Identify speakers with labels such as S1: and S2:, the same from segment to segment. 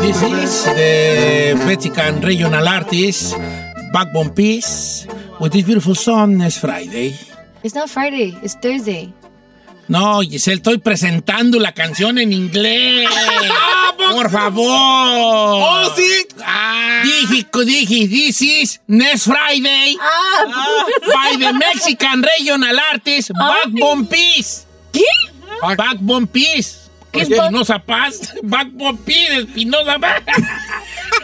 S1: This is the Mexican regional artist, Backbone Peace, with this beautiful song es Friday.
S2: It's not Friday, it's Thursday.
S1: No, Giselle, estoy presentando la canción en inglés. ¡Por favor! ¡Oh, sí! Dije, dije, this is next Friday. By the Mexican regional artist, Backbone Peace. ¿Qué? Backbone Peace. Espinosa Paz. Backbone Peace, Espinosa Paz.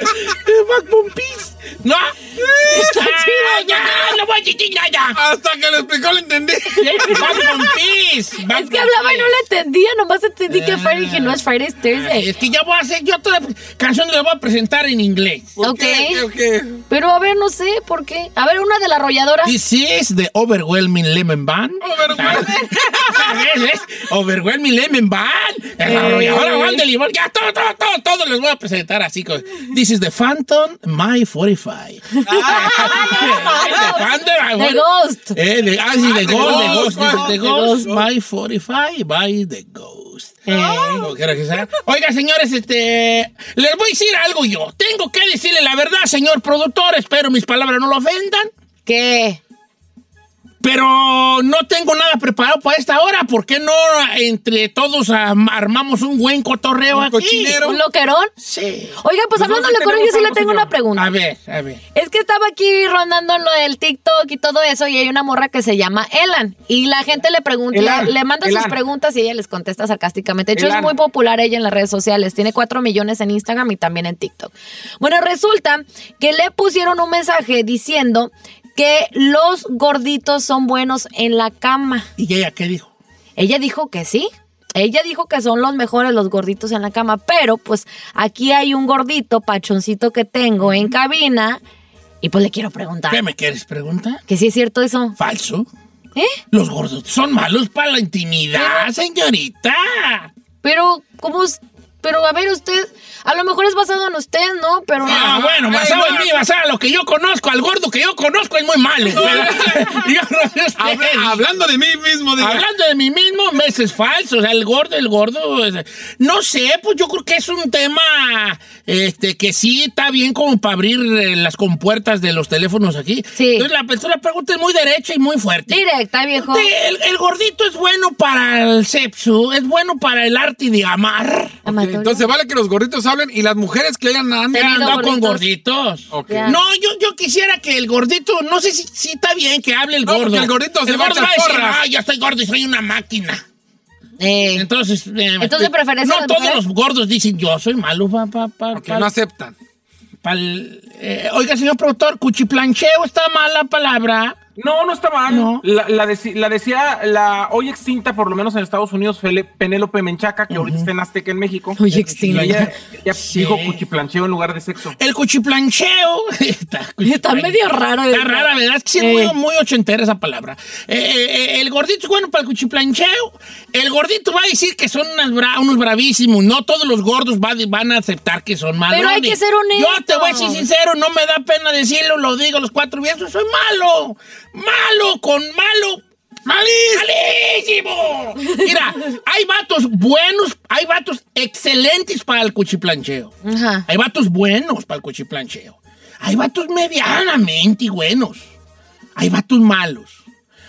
S1: Backbone Peace. No. Ay, ya, no voy a decir nada.
S3: Hasta que lo explicó lo entendí.
S1: Backbone Peace.
S2: Es que hablaba y no le entendía, nomás entendí que Friday dije no es Friday, it's Thursday.
S1: Es que ya voy a hacer, yo otra canción la voy a presentar en inglés.
S2: Ok.
S3: ¿Qué, qué?
S2: Pero a ver, no sé por qué. A ver, una de la arrolladora.
S1: This is the Overwhelming Lemon Band. Overwhelming. ¿Sabes? Overwhelming Lemon Band. El arrolladora Band de limón. Ya, todo, todo, todo, todo les voy a presentar así. con- This is the Phantom My 45. Ah, The Phantom My
S2: The Ghost.
S1: Eh, de, ah, sí, The
S3: The
S1: Ghost, The Ghost,
S3: Ghost,
S1: this is The
S3: The
S1: Ghost, Eh. by 45, by The Ghost. No quiero que sea. Oiga, señores, este, les voy a decir algo yo. Tengo que decirle la verdad, señor productor, espero mis palabras no lo ofendan,
S2: ¿Qué?
S1: pero no tengo nada preparado para esta hora. ¿Por qué no entre todos am- armamos un buen cotorreo
S3: Un
S1: aquí?
S3: cochinero.
S2: ¿Un loquerón?
S1: Sí.
S2: Oiga, pues hablando de loquerón, yo sí le tengo una
S1: A
S2: pregunta.
S1: ver, a ver.
S2: Es que estaba aquí rondando lo del TikTok y todo eso, y hay una morra que se llama Elan. Y la gente le pregunta,
S3: Elan,
S2: le, le manda sus
S3: Elan.
S2: preguntas y ella les contesta sarcásticamente. De hecho, es
S3: Elan.
S2: muy popular ella en las redes sociales. Tiene 4 millones en Instagram y también en TikTok. Bueno, resulta que le pusieron un mensaje diciendo que los gorditos son buenos en la cama.
S1: ¿Y ella qué dijo?
S2: Ella dijo que sí. Ella dijo que son los mejores los gorditos en la cama, pero pues aquí hay un gordito pachoncito que tengo en cabina y pues le quiero preguntar.
S1: ¿Qué me quieres preguntar?
S2: Que si es cierto eso.
S1: Falso.
S2: ¿Eh?
S1: Los gordos son malos para la intimidad, señorita.
S2: Pero, ¿cómo? es? Pero a ver, usted, a lo mejor es basado en usted, ¿no? Pero...
S1: Ah, bueno, basado en mí, basado en lo que yo conozco, al gordo que yo conozco es muy malo. ¿verdad? Yo no sé usted.
S3: Habla- hablando de mí mismo, diga.
S1: Hablando de mí mismo, meses falsos, o sea, el gordo, el gordo, eh, no sé, pues yo creo que es un tema este, que sí está bien como para abrir eh, las compuertas de los teléfonos aquí.
S2: Sí.
S1: Entonces la persona pregunta es muy derecha y muy fuerte.
S2: Directa, viejo.
S1: Usted, el, el gordito es bueno para el sexo, es bueno para el arte de amar.
S2: Amatorio.
S3: Entonces vale que los gorditos hablen y las mujeres que hayan
S1: Te
S3: andan.
S2: Tenido
S1: ando con gorditos.
S3: Ok.
S2: Ya.
S1: No, yo, yo quisiera que el gordito, no sé si, si está bien que hable el
S3: No,
S1: gordo.
S3: porque el gordito se va a echar
S1: decir,
S3: porras.
S1: "Ah, yo estoy gordo y soy una máquina.
S2: Eh,
S1: Entonces, eh,
S2: Entonces, ¿preferencia
S1: No
S2: de
S1: todos
S2: mujer?
S1: los gordos dicen, yo soy malo, pa, pa, pa,
S3: Porque
S1: pa-
S3: no aceptan.
S1: pa- eh, Oiga, señor productor, cuchiplancheo está mala palabra.
S4: No, no está mal.
S1: No.
S4: La, la deci- la decía la hoy extinta, por lo menos en Estados Unidos, Fele- Penélope Menchaca, que ahorita está en Azteca en México.
S2: Hoy
S4: Y
S2: extinta.
S4: ella, ella
S1: Sí.
S4: dijo cuchiplancheo en lugar de sexo.
S1: El cuchiplancheo. está,
S2: Está medio raro,
S1: Está
S2: ¿verdad?
S1: rara, ¿verdad? Sí, es
S2: Eh.
S1: muy, muy ochentera esa palabra. Eh, eh, eh, el gordito es bueno para el cuchiplancheo. El gordito va a decir que son unas bra- unos bravísimos. No todos los gordos va- van a aceptar que son malos.
S2: hay que ser honesto.
S1: Yo te voy a decir sincero, no me da pena decirlo, lo digo a los cuatro vientos. Soy malo. Malo con malo. ¡Malísimo! Mira, hay vatos buenos, hay vatos excelentes para el cuchiplancheo.
S2: Ajá.
S1: Hay vatos buenos para el cuchiplancheo. Hay vatos medianamente buenos. Hay vatos malos.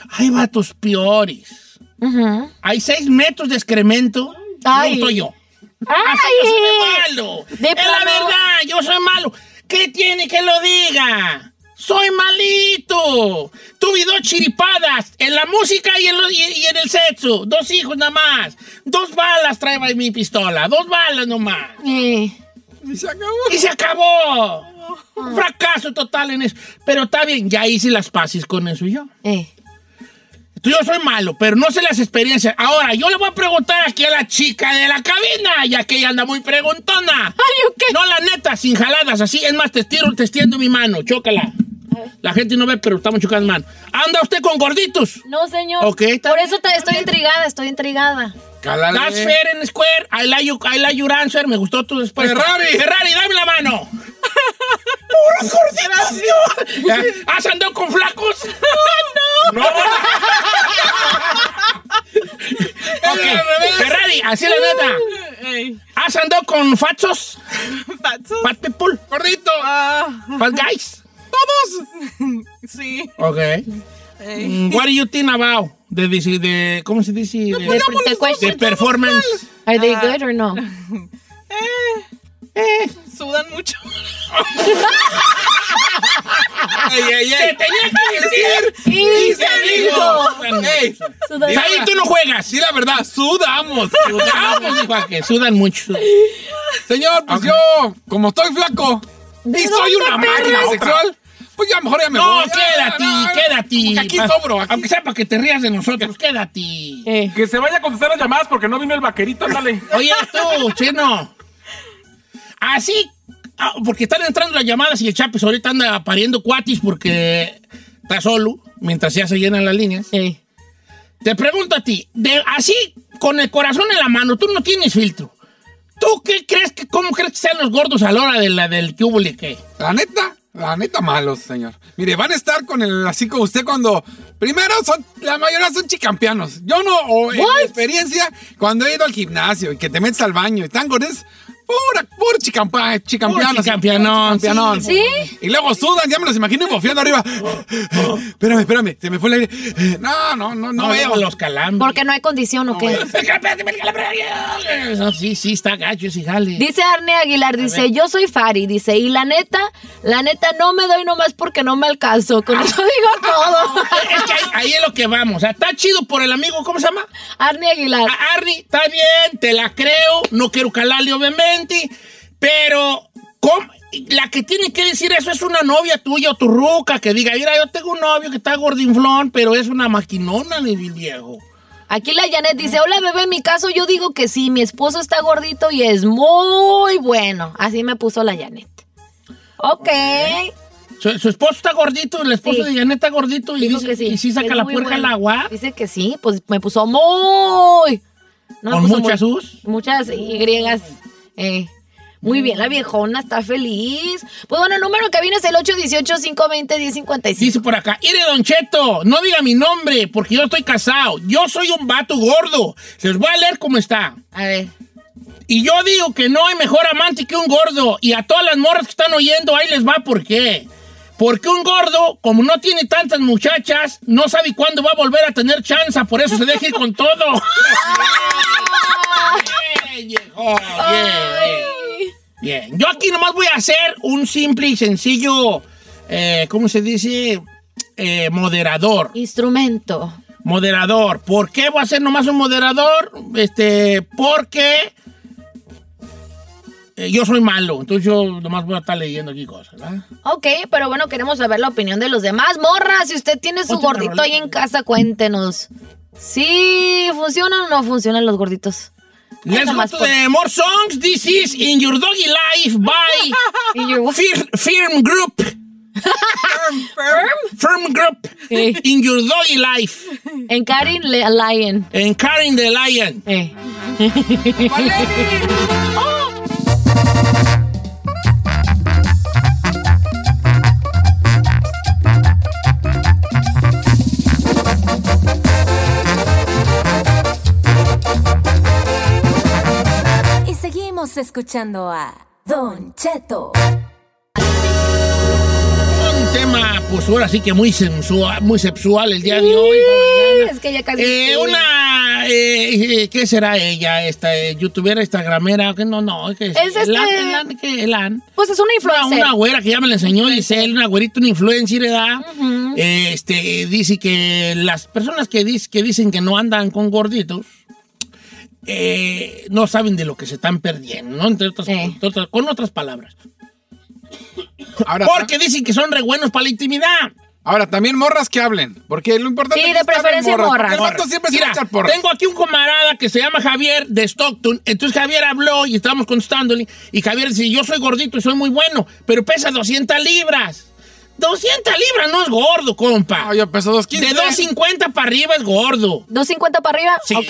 S1: Hay vatos peores.
S2: Ujú.
S1: Hay seis metros de excremento.
S2: Ay.
S1: Junto yo.
S2: Ay.
S1: Así yo soy de malo.
S2: De
S1: es la
S2: plano.
S1: verdad, yo soy malo. ¿Qué tiene que lo diga? Soy malito. Tuve dos chiripadas en la música y en, lo- y- y en el sexo. Dos hijos nada más. Dos balas trae mi pistola. Dos balas nomás.
S2: Eh,
S3: Y se acabó.
S1: Y se acabó.
S2: Ah.
S1: Un fracaso total en eso. Pero está bien, ya hice las paces con eso yo.
S2: eh.
S1: Tú, Yo soy malo, pero no sé las experiencias. Ahora, yo le voy a preguntar aquí a la chica de la cabina, ya que ella anda muy preguntona.
S2: Ay, ¿o qué?
S1: No, la neta, sin jaladas, así. Es más, te estiro, te extiendo mi mano, chócala. La gente no ve, pero estamos chocando mano. ¿Anda usted con gorditos?
S2: No, señor.
S1: Ok, está
S2: Por
S1: bien.
S2: eso te- estoy intrigada, estoy intrigada.
S3: Cálale.
S1: That's fair and square. I like you, I like your answer. Me gustó tu respuesta.
S3: Ferrari.
S1: Ferrari, dame la mano. ¡Puros gorditos, Dios! ¿Has andado con flacos? ¡No! ¡No! ok, Ferrari, así la neta.
S5: Ey,
S1: ¿Has andado con fachos?
S5: Patso.
S1: ¿Fat people?
S3: Gordito.
S5: Ah,
S1: ¿Fat guys?
S5: sí.
S1: Ok.
S5: Ey.
S1: Mm, What do you think about? De, de, de- ¿Cómo se dice? De,
S2: pues ya molestó,
S1: de
S2: pues,
S1: performance.
S2: Are they good or no?
S5: Sudan mucho.
S3: Ey, ey,
S1: ¡Se
S3: ey.
S1: tenía que decir!
S2: Sí,
S1: ¡Y se dijo!
S3: Ey,
S1: Ahí tú no juegas.
S3: sí, la verdad, sudamos.
S1: Sudamos, dijo aquel, Sudan mucho.
S3: Señor, pues yo, como estoy flaco y soy una
S1: dónde,
S3: máquina
S1: perra?
S3: sexual, pues ya mejor ya me
S1: No,
S3: voy.
S1: quédate,
S3: Ah, no,
S1: quédate.
S3: porque Aquí sobro, aquí.
S1: Aunque sea para que te rías de nosotros, quédate.
S2: Eh.
S4: Que se vaya a contestar las llamadas porque no vino el vaquerito, ándale.
S1: Oye, tú, chino. Así, ah, porque están entrando las llamadas y el Chapis ahorita anda pariendo cuatis porque está solo mientras ya se llenan las líneas.
S2: Eh.
S1: Te pregunto a ti, de, así, con el corazón en la mano, tú no tienes filtro. ¿Tú qué crees que, cómo crees que sean los gordos a la hora de la del cubule qué?
S3: La neta, la neta malos, señor. Mire, van a estar con el, así como usted cuando, primero son, la mayoría son chicampianos. Yo no, o en mi experiencia, cuando he ido al gimnasio y que te metes al baño y tan gordes, pura, puro chicampa, chicampianos.
S1: Puro chicampianón,
S3: Chicampianón.
S2: sí.
S3: Y luego sudan, ya me los imagino bofeando arriba. espérame, espérame, se me fue el aire. No, no, no, no, veo.
S1: los calambres.
S2: Porque no hay condición, ¿o qué?
S1: No, Ah, sí, sí, está gacho ese jale.
S2: Dice Arne Aguilar, dice, yo soy Fari, dice, y la neta, la neta no me doy nomás porque no me alcanzo. Con eso digo todo.
S1: Ah, Es que ahí, ahí es lo que vamos. O sea, está chido por el amigo, ¿cómo se llama?
S2: Arne Aguilar.
S1: A- Arnie, está bien, te la creo. No quiero calarle, obviamente. Pero, ¿cómo? La que tiene que decir eso es una novia tuya o tu ruca que diga, mira, yo tengo un novio que está gordinflón, pero es una maquinona de viejo.
S2: Aquí la Janet dice, hola bebé, en mi caso yo digo que sí, mi esposo está gordito y es muy bueno. Así me puso la Janet. Ok.
S1: Su, su esposo está gordito, el esposo
S2: Sí.
S1: de Janet está gordito y,
S2: Dijo
S1: dice,
S2: que sí.
S1: y sí saca
S2: es
S1: la
S2: muy
S1: puerca al
S2: bueno.
S1: agua
S2: Dice que sí, pues me puso muy... No, me
S1: con
S2: puso
S1: muchas
S2: muy-
S1: sus.
S2: Muchas Y. eh. Muy bien, la viejona está feliz. Pues bueno, el número que viene es el 818-520-1055.
S1: Dice por acá, Ire Don Cheto, no diga mi nombre porque yo estoy casado. Yo soy un vato gordo. Se los voy a leer cómo está.
S2: A ver.
S1: Y yo digo que no hay mejor amante que un gordo. Y a todas las morras que están oyendo, ahí les va por qué. Porque un gordo, como no tiene tantas muchachas, no sabe cuándo va a volver a tener chanza. Por eso se deja ir con todo. Bien, viejo, bien, bien. Bien, yo aquí nomás voy a hacer un simple y sencillo, eh, ¿cómo se dice? Eh, moderador.
S2: Instrumento.
S1: Moderador. ¿Por qué voy a ser nomás un moderador? Este, porque eh, yo soy malo, entonces yo nomás voy a estar leyendo aquí cosas, ¿verdad?
S2: Ok, pero bueno, queremos saber la opinión de los demás. Morra, si usted tiene su
S1: Ponte una
S2: gordito
S1: rolita.
S2: ahí en casa, cuéntenos. Sí, ¿funcionan o no funcionan los gorditos?
S1: Let's go
S2: nomás
S1: to
S2: por-
S1: the more songs. This is In Your Doggy Life by
S2: Y yo,
S1: Fir- Firm Group.
S5: Firm, firm.
S1: Firm Group.
S2: Sí.
S1: In Your Doggy Life.
S2: en Karin Le- Lion.
S1: En Karen the Lion.
S2: Eh.
S6: Y seguimos escuchando a Don Cheto.
S1: Ponte tema, pues ahora sí que muy sensual, muy sexual el día de hoy. mañana.
S2: Es que ya casi.
S1: Eh, una, eh, eh, ¿qué será ella? Esta eh, youtubera, instagramera, que no, no, que
S2: Es este-
S1: Elan, Elan, ¿qué? Elan.
S2: Pues es una
S1: Una,
S2: influencer.
S1: una güera que ya me la enseñó Giselle, una güerita, una influencer, ¿verdad? Eh, este, eh, dice que las personas que, dis- que dicen que no andan con gorditos eh, no saben de lo que se están perdiendo, ¿no? Entre otras,
S2: Eh.
S1: entre otras- con otras palabras.
S3: Ahora,
S1: Porque dicen que son re buenos para la intimidad.
S3: ahora, también morras que hablen. Porque lo importante
S2: Sí,
S3: es
S2: de
S3: que hablen
S2: preferencia
S3: porque
S2: morras.
S3: El Este vato siempre se va a
S1: Mira,
S3: echar porras.
S1: tengo aquí un camarada que se llama Javier de Stockton. Entonces Javier habló y estábamos contestándole. Y Javier dice, yo soy gordito y soy muy bueno, pero pesa 200 libras. 200 libras no es gordo, compa.
S3: Ah, yo peso 215.
S1: de 250 para arriba es gordo.
S2: 250 para arriba.
S1: Sí,
S2: Ok.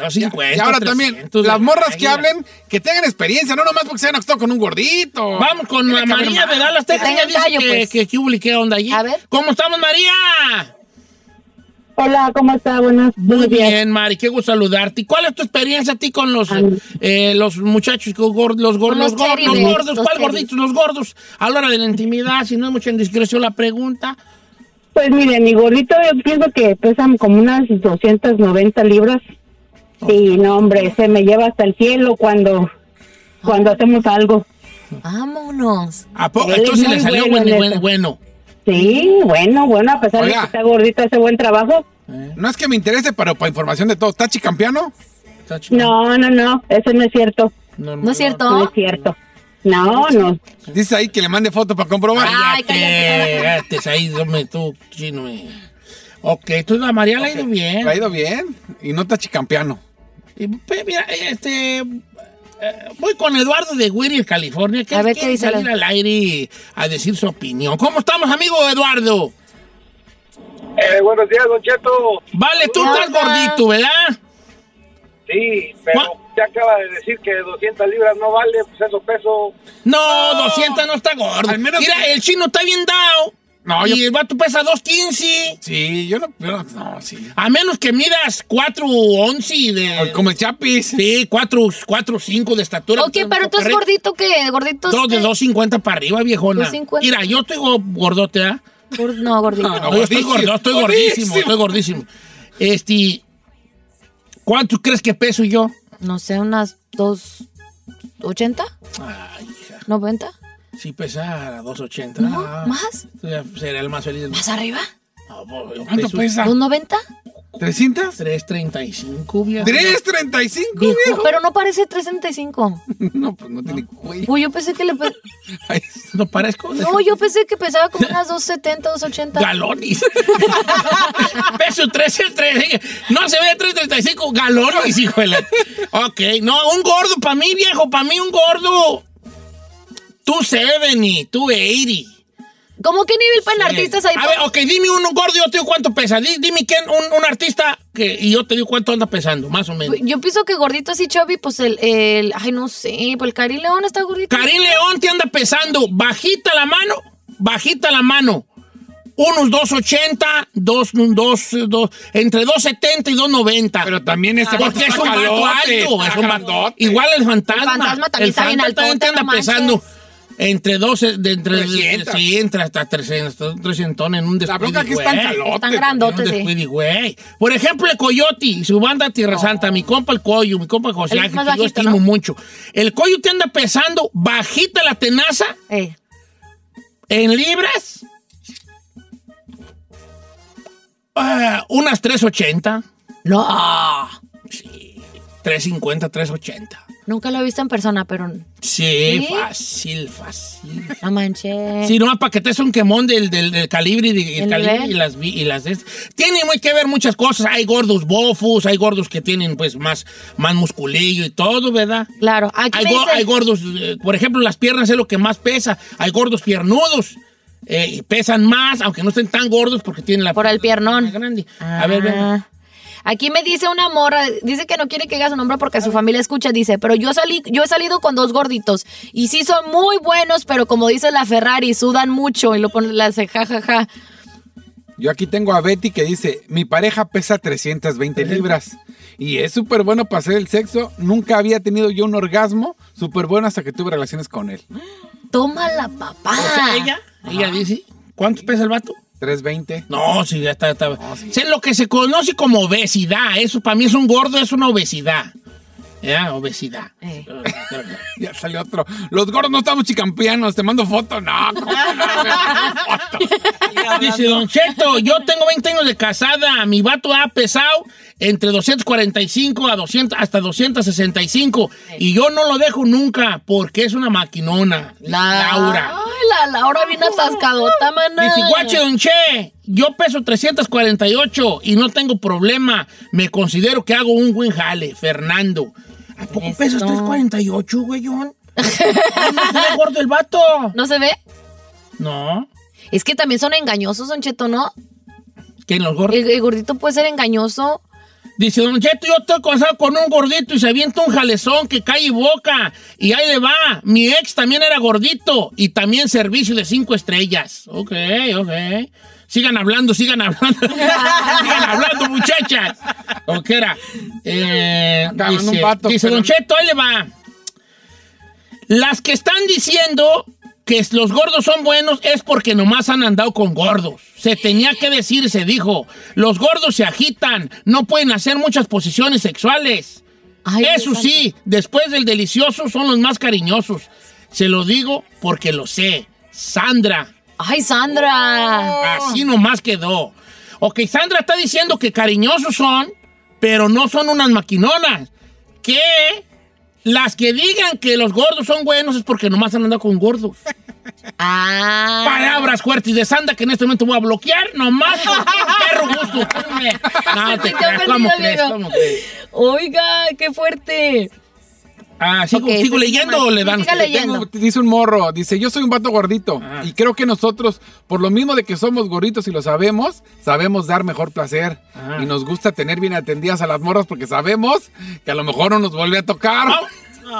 S1: 250.
S3: Y ahora
S1: 300,
S3: también,
S1: de
S3: las morras que
S1: águila.
S3: hablen, que tengan experiencia, no nomás porque se han acostado con un gordito.
S1: Vamos con
S3: Tiene
S1: la
S3: que haber
S1: María
S3: más.
S1: de Dallas, Texas.
S2: tenga
S1: Ella dice
S2: callo,
S1: que,
S2: pues.
S1: que, que hubo y qué onda allí.
S2: A ver.
S1: ¿Cómo estamos, María?
S7: Hola, ¿cómo está? Buenas,
S1: Muy
S7: buenos días.
S1: bien, Mari, qué gusto saludarte. ¿Y ¿Cuál es tu experiencia a ti con los,
S7: Ah.
S1: eh, los muchachos, con gor- los, gor-
S2: Con
S1: los,
S2: los
S1: gor-
S2: teddy
S1: los
S2: bears,
S1: gordos?
S2: los
S1: ¿Cuál
S2: teddy.
S1: gorditos? Los gordos. A la hora de la intimidad, si no es mucha indiscreción la pregunta.
S7: Pues mire, mi gordito yo pienso que pesan como unas 290 libras. Sí, no, hombre, se me lleva hasta el cielo cuando, cuando hacemos algo.
S2: Vámonos.
S1: ¿A poco?
S7: Él es
S1: Entonces le
S7: muy
S1: salió
S7: bueno
S1: bueno,
S7: en
S1: bueno,
S7: eso.
S1: bueno.
S7: Sí, bueno, bueno, a pesar de
S3: Oiga.
S7: que está gordito, hace buen trabajo.
S3: No es que me interese, pero para información de todo, ¿está chicampiano?
S1: Está chido.
S7: No, no, no, eso no es cierto,
S2: ¿No es cierto?
S7: no es cierto. No, no.
S3: Dice ahí que le mande foto para comprobar.
S2: Ah. Ay, cállate.
S1: Cállate, cállate, ahí, hombre, tú, chino. eh. Ok, tú, la María le ha ido bien.
S3: Le ha ido bien y no está chicampiano.
S1: Y, pues, mira, este. eh, Voy con Eduardo de Whittier, California, que
S2: A ver,
S1: quiere
S2: ¿qué dice
S1: salir al aire y- a decir su opinión. ¿Cómo estamos, amigo Eduardo?
S8: Eh, buenos días, Don Cheto.
S1: Vale, tú
S2: Hola.
S1: estás gordito, ¿verdad?
S8: Sí, pero
S1: Juan.
S8: usted acaba de decir que 200 libras no vale, pues eso peso.
S1: No, 200 no está gordo.
S3: Al menos
S1: Mira,
S3: que-
S1: el chino está bien dado.
S3: No,
S1: y
S3: yo-
S1: el vato pesa 2.15.
S3: Sí, yo no. yo no, no, sí.
S1: A menos que midas 4.11
S3: Ay,
S1: de...
S3: Como el Chapis.
S1: Sí, 4.5 de estatura.
S2: Ok, pero tú es
S1: Correcto.
S2: gordito que gordito.
S1: Dos de 2.50 para arriba, viejona.
S2: 2.50.
S1: Mira, yo estoy go- gordote, ¿ah?
S2: Gor- No, gordito.
S3: No,
S1: No, yo estoy
S3: gordísimo,
S1: gordo, yo estoy gordísimo,
S3: gordísimo.
S1: estoy gordísimo. Este, ¿cuánto crees que peso yo?
S2: No sé, unas dos. ¿80?
S1: Ay, hija,
S2: ¿90?
S1: si pesara 2.80.
S2: ¿No?
S1: ah,
S2: ¿Más?
S1: sería- Sería el más feliz del
S2: ¿Más arriba?
S1: No, pues, yo
S3: ¿Cuánto
S1: peso
S3: pesa?
S2: ¿Dos 90?
S3: ¿300?
S1: 3.35, viejo.
S3: ¿335?
S2: Viejo, pero no parece 335.
S3: No, pues no tiene cuello.
S2: Uy, yo pensé que le. pe-
S3: Ay,
S1: No parezco.
S2: No, yo pensé que pesaba como unas 270, 280.
S1: Galones. Peso 13, 13. eh. No se ve 335. Galones, híjole. Ok, no, un gordo para mí, viejo, para mí un gordo. Tú 70, tú 80.
S2: ¿Cómo qué nivel para artistas hay?
S1: A ver, ok, dime un gordo, yo te digo cuánto pesa. Di- Dime quién, un, un artista que, y yo te digo cuánto anda pesando, más o menos.
S2: Yo pienso que gordito así, Chubby, pues el, el. Ay, no sé. Pues el Cari León está gordito.
S1: Karim León te anda pesando, bajita la mano, bajita la mano. Unos 280, dos, dos, dos, entre 270 y 290.
S3: Pero también este
S1: Ah, porque es un vato alto, es un vato. Igual el fantasma.
S2: El fantasma también
S1: el
S2: está bien
S1: fantasma
S2: altote,
S1: también te anda
S2: no manches.
S1: pesando. Entre 12, de entre,
S3: 300.
S1: sí, entre hasta 300, 300 en un
S3: La
S1: descuido,
S3: bronca que es tan
S1: güey.
S3: calote.
S2: Están grandotes,
S1: Era un
S2: sí.
S1: descuido, güey. Por ejemplo, el Coyote y su banda Tierra Santa, mi compa el Coyo, mi compa José
S2: El
S1: Ángel,
S2: más
S1: que yo
S2: bajito,
S1: estimo
S2: ¿no?
S1: mucho. El Coyo te anda pesando bajita la tenaza
S2: Eh,
S1: en libras. ah, unas 380. No. Sí. 350, 380.
S2: nunca lo he visto en persona, pero no
S1: Sí,
S2: ¿Sí?
S1: fácil, fácil.
S2: manches.
S1: Sí, nomás para que te des un quemón del, del, del calibre, y de- el
S2: ¿El
S1: calibre
S2: nivel?
S1: y las vi- y las de estas. Tiene muy que ver muchas cosas. Hay gordos bofos, hay gordos que tienen pues más, más musculillo y todo, ¿verdad?
S2: Claro. Aquí
S1: Hay,
S2: me
S1: go-
S2: dice-
S1: hay gordos, eh, por ejemplo, las piernas es lo que más pesa. Hay gordos piernudos. eh, y pesan más, aunque no estén tan gordos porque tienen la
S2: Por el piernón.
S1: grande. A ver, ven.
S2: Ah. Aquí me dice una morra, dice que no quiere que diga su nombre porque su familia escucha, dice, pero yo salí, yo he salido con dos gorditos y sí son muy buenos, pero como dice la Ferrari, sudan mucho y lo pone la hace jajaja.
S3: Yo aquí tengo a Betty que dice, mi pareja pesa 320 libras y es súper bueno para hacer el sexo. Nunca había tenido yo un orgasmo súper bueno hasta que tuve relaciones con él.
S2: Toma la papá. Ah.
S1: O sea, ella, ella dice ¿Cuánto pesa el vato?
S3: 320.
S1: No, sí, ya está. ya está. Es lo que se conoce como obesidad. Eso para mí es un gordo, es una obesidad. Ya, obesidad.
S2: Eh,
S1: Eh,
S3: Ya salió otro. Los gordos no estamos chicampianos. Te mando foto. No, ¿cómo
S1: Dice Don Cheto, yo tengo 20 años de casada, mi vato ha pesado entre 245 a 200, hasta 265 y yo no lo dejo nunca porque es una maquinona, Laura.
S2: Ay, la Laura viene atascadota, maná.
S1: Dice, guache Don Che, yo peso 348 y no tengo problema, me considero que hago un buen jale, Fernando. ¿A poco pesas 348, güeyón? Ay, no se ve gordo el vato.
S2: ¿No se ve?
S1: No,
S2: Es que también son engañosos, Don Cheto, ¿no?
S1: que los gordos...
S2: El, el gordito puede ser engañoso.
S1: Dice, Don Cheto, yo estoy casado con un gordito y se avienta un jalezón que cae y boca. Y ahí le va. Mi ex también era gordito y también servicio de cinco estrellas. Ok, ok. Sigan hablando, sigan hablando. sigan hablando, muchachas. ¿O qué era? Eh,
S3: Acabando
S1: dice,
S3: un vato,
S1: dice
S3: pero-
S1: Don Cheto, ahí le va. Las que están diciendo que los gordos son buenos es porque nomás han andado con gordos. Se tenía que decir, se dijo. Los gordos se agitan, no pueden hacer muchas posiciones sexuales.
S2: Ay,
S1: Eso
S2: Dios
S1: sí, después del delicioso son los más cariñosos. Se lo digo porque lo sé. Sandra,
S2: Ay, Sandra.
S1: así nomás quedó. Ok, Sandra está diciendo que cariñosos son, pero no son unas maquinonas. Que las que digan que los gordos son buenos es porque nomás han andado con gordos.
S2: Ah.
S1: Palabras fuertes de Sandra que en este momento voy a bloquear nomás por perro gusto. No, te
S2: Estoy
S1: creas,
S2: ofendida,
S1: ¿cómo crees?
S2: viejo.
S1: ¿Cómo crees?
S2: Oiga, qué fuerte.
S1: Ah, ¿sigo,
S2: Ok,
S1: sigo
S2: sigo
S1: leyendo
S2: mal.
S1: o le dan?
S2: Siga
S1: ustedes?
S2: leyendo.
S3: Tengo- dice un morro, dice, yo soy un vato gordito
S1: Ah.
S3: y creo que nosotros, por lo mismo de que somos gorditos y lo sabemos, sabemos dar mejor placer
S1: Ah.
S3: y nos gusta tener bien atendidas a las morras porque sabemos que a lo mejor no nos vuelve a tocar.
S1: Ah.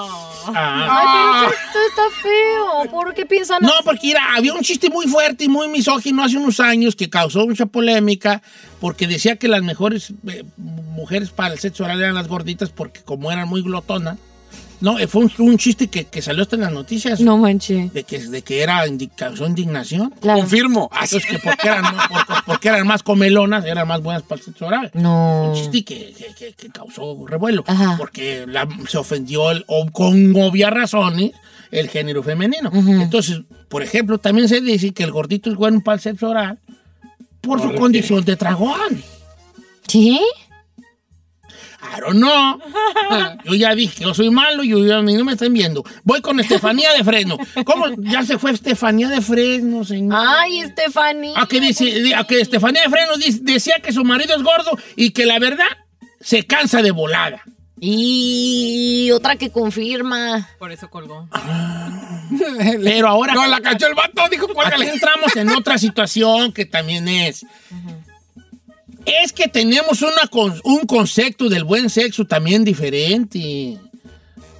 S2: Ay, pero esto está feo. ¿Por qué piensan
S1: No, porque mira, había un chiste muy fuerte y muy misógino hace unos años que causó mucha polémica porque decía que las mejores eh, mujeres para el sexo oral eran las gorditas porque como eran muy glotonas. No, eh, fue un, un chiste que, que salió hasta en las noticias
S2: No manche.
S1: de, que, de que era indi- causó indignación.
S2: Claro.
S3: Confirmo. Así
S1: Entonces, que porque eran, más- porque- porque eran más comelonas, eran más buenas para el sexo oral.
S2: No.
S1: Un chiste que, que- que- que causó revuelo.
S2: Ajá.
S1: Porque la- se ofendió el- o- con obvias razones el género femenino. Entonces, por ejemplo, también se dice que el gordito es bueno para el sexo oral por su condición de dragón.
S2: ¿Sí?
S1: Claro, no. Yo ya dije que yo soy malo y yo, a mí no me están viendo. Voy con Estefanía de Fresno. ¿Cómo? Ya se fue Estefanía de Fresno, señor.
S2: Ay, Estefanía.
S1: A que, dice, a que Estefanía de Freno dice- decía que su marido es gordo y que la verdad se cansa de volada.
S2: Y otra que confirma.
S5: Por eso colgó.
S1: Pero ahora
S3: No, la cachó el vato, dijo,
S1: aquí
S3: cuélgale.
S1: entramos en otra situación que también es. Es que tenemos una con- un concepto del buen sexo también diferente.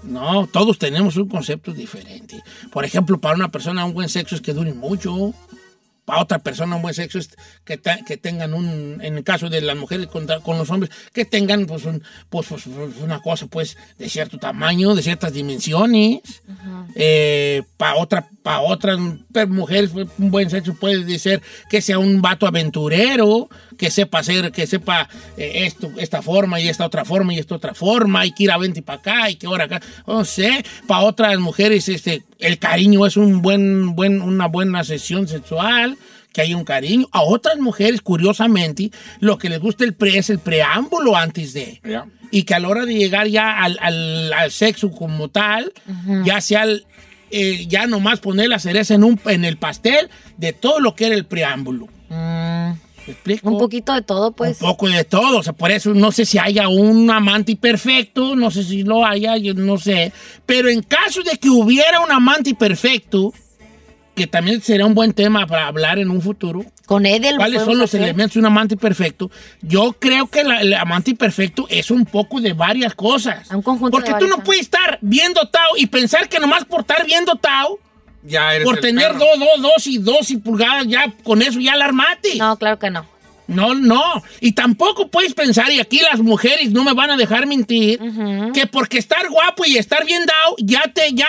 S1: No, todos tenemos un concepto diferente. Por ejemplo, para una persona un buen sexo es que dure mucho. Para otra persona un buen sexo es que, ta- que tengan un, en el caso de las mujeres contra- con, los hombres, que tengan pues, un- pues, pues, pues, una cosa pues de cierto tamaño, de ciertas dimensiones. para Eh, otra, para otras per- mujeres pues, un buen sexo puede ser que sea un vato aventurero, que sepa hacer, que sepa eh, esto, esta forma y esta otra forma y esta otra forma, y que ir a 20 para acá y que ahora acá. No sé, para otras mujeres este, el cariño es un buen, buen, una buena sesión sexual que hay un cariño. A otras mujeres, curiosamente, lo que les gusta el pre es el preámbulo antes de.
S3: Ya.
S1: Y que a la hora de llegar ya al, al- al sexo como tal, ya sea el- eh, ya nomás poner la cereza en, un, en el pastel de todo lo que era el preámbulo. ¿Me explico?
S2: Mm. Un poquito de todo, pues.
S1: Un poco de todo, o sea, por eso no sé si haya un amante perfecto, no sé si lo haya, yo no sé. Pero en caso de que hubiera un amante perfecto, que también sería un buen tema para hablar en un futuro,
S2: Con E Edel.
S1: ¿Cuáles son
S2: podemos
S1: los
S2: hacer.
S1: elementos de un amante perfecto? Yo creo que la- el amante perfecto es un poco de varias cosas.
S2: Un conjunto
S1: Porque
S2: de
S1: tú
S2: varias,
S1: no
S2: ¿no?
S1: puedes estar bien dotado y pensar que nomás por estar bien dotado,
S3: Ya Ah, eres
S1: por
S3: el
S1: tener
S3: perro.
S1: dos, dos, dos y dos y pulgadas, ya con eso ya la armate.
S2: No, claro que no.
S1: No, no. Y tampoco puedes pensar, y aquí las mujeres no me van a dejar mentir, que porque estar guapo y estar bien dado, ya te, ya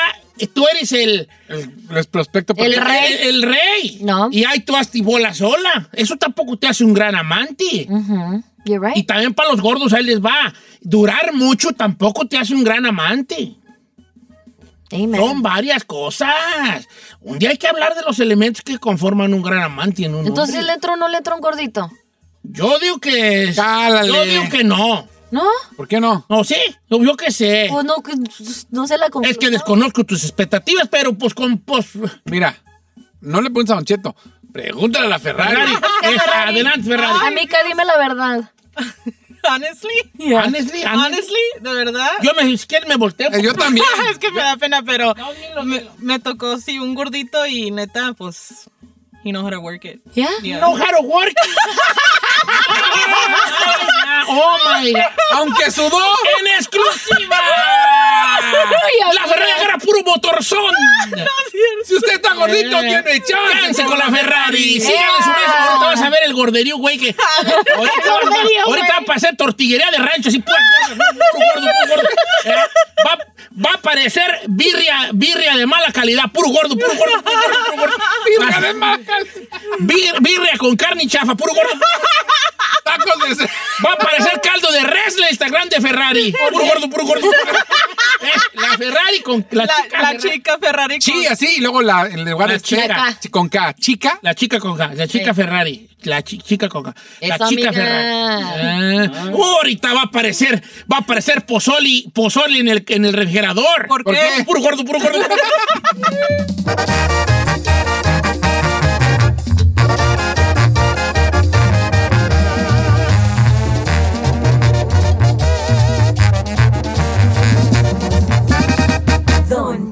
S1: tú eres el...
S3: El prospecto
S1: El rey. El, rey. Y ahí tú has bola sola. Eso tampoco te hace un gran amante. Y también para los gordos ahí les va. Durar mucho tampoco te hace un gran amante. Son varias cosas. Un día hay que hablar de los elementos que conforman un gran amante en un
S2: Entonces,
S1: hombre.
S2: ¿le entró o no le entró un gordito?
S1: Yo digo que... Yo digo que no.
S2: ¿No?
S3: ¿Por qué no?
S1: No, sí. No, Yo qué sé.
S2: Pues no, que- no sé la conclusión.
S1: Es que desconozco tus expectativas, pero pues con... Pues,
S3: Mira, no le pones a Don Cheto. Pregúntale a la Ferrari.
S1: Ferrari.
S2: Ah,
S3: Es- adelante, Ferrari.
S2: Amica, dime la verdad.
S5: Honestly.
S1: Honestly, honest-
S5: Honestly, de verdad.
S1: Yo me, si quieres me volteo.
S3: Eh, yo también.
S5: es que me da pena, pero me, me tocó, sí, un gordito y neta, pues, he knows how to work it.
S2: ¿Ya?
S5: Yeah.
S1: No how to work. oh my God.
S3: Aunque sudó.
S1: En exclusiva. la Ferrari era puro motorzón.
S3: Si usted está gordito, tiene
S1: Váyanse
S3: Eh, chance
S1: Eh. con la Ferrari. Eh.
S3: Sí.
S1: Síganle su rezo. Ahorita vas a ver el gorderío, güey. Que ahorita, van a- ahorita va a pasar tortillería de rancho. Así, puro gordo, puro gordo. Eh, Va, va a parecer birria, birria de mala calidad. Puro gordo, puro gordo, puro gordo. Puro gordo.
S3: Pirra de macas.
S1: Bir- birria con carne y chafa. Puro gordo.
S3: Tacos de... ce-
S1: Va a parecer caldo de res la Instagram de Ferrari. Puro gordo, puro gordo. Es la Ferrari con la,
S5: La,
S1: chica.
S5: la
S1: Ferrari.
S5: chica Ferrari. con-
S3: Sí, así. Y luego la, en lugar
S1: La
S3: de C,
S1: chica.
S3: con K. Chica.
S1: La chica con K, la chica Ferrari, la chi- chica con K, la
S2: Eso,
S1: chica
S2: amiga.
S1: Ferrari. Ah. Oh, ahorita va a aparecer, va a aparecer pozoli, pozoli en el, en el refrigerador.
S5: ¿Por qué?
S1: Puro gordo, puro gordo.
S6: Don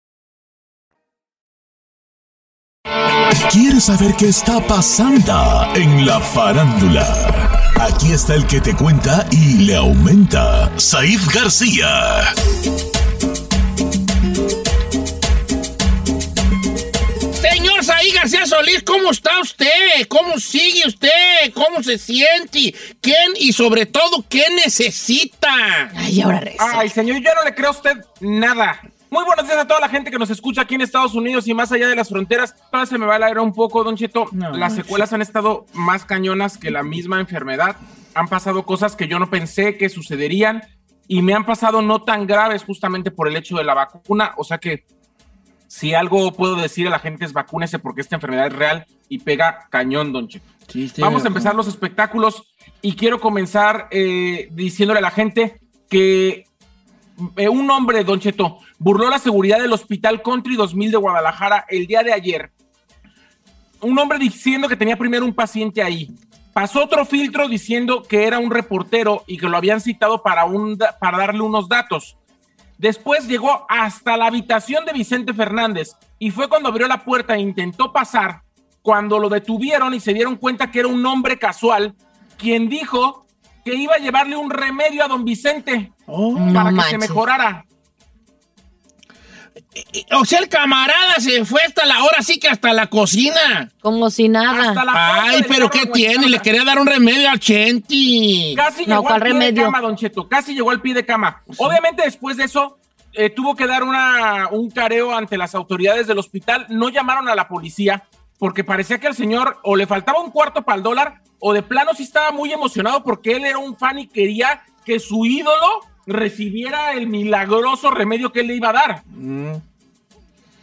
S9: ¿Quieres saber qué está pasando en la farándula? Aquí está el que te cuenta y le aumenta, Saif García.
S1: Señor Saí García Solís, ¿cómo está usted? ¿Cómo sigue usted? ¿Cómo se siente? ¿Quién y sobre todo qué necesita?
S2: Ay, ahora re.
S4: Ay, señor, yo no le creo a usted nada. Muy buenos días a toda la gente que nos escucha aquí en Estados Unidos y más allá de las fronteras. Todavía se me va el aire un poco, Don Cheto. Las secuelas han estado más cañonas que la misma enfermedad. Han pasado cosas que yo no pensé que sucederían y me han pasado no tan graves justamente por el hecho de la vacuna. O sea que si algo puedo decir a la gente es
S3: Este,
S4: vacúnese porque esta enfermedad es real y pega cañón, Don Cheto. Vamos a empezar los espectáculos. y quiero comenzar eh, diciéndole a la gente que eh, un hombre, Don Cheto, burló la seguridad del Hospital Country 2000 de Guadalajara el día de ayer. Un hombre diciendo que tenía primero un paciente ahí. Pasó otro filtro diciendo que era un reportero y que lo habían citado para, un da- para darle unos datos. Después llegó hasta la habitación de Vicente Fernández y fue cuando abrió la puerta e intentó pasar, cuando lo detuvieron y se dieron cuenta que era un hombre casual quien dijo que iba a llevarle un remedio a don Vicente para
S1: No
S4: que se
S1: manches.
S4: mejorara.
S1: O sea, el camarada se fue hasta la hora, sí que hasta la cocina.
S2: Como si nada.
S1: Ay, pero ¿qué tiene? Le quería dar un remedio al Chenti.
S4: Casi llegó al pie de cama, don Cheto. Casi llegó al pie de cama. Obviamente, después de eso, eh, tuvo que dar una, un careo ante las autoridades del hospital. No llamaron a la policía porque parecía que al señor o le faltaba un cuarto para el dólar o de plano sí estaba muy emocionado porque él era un fan y quería que su ídolo recibiera el milagroso remedio que él le iba a dar.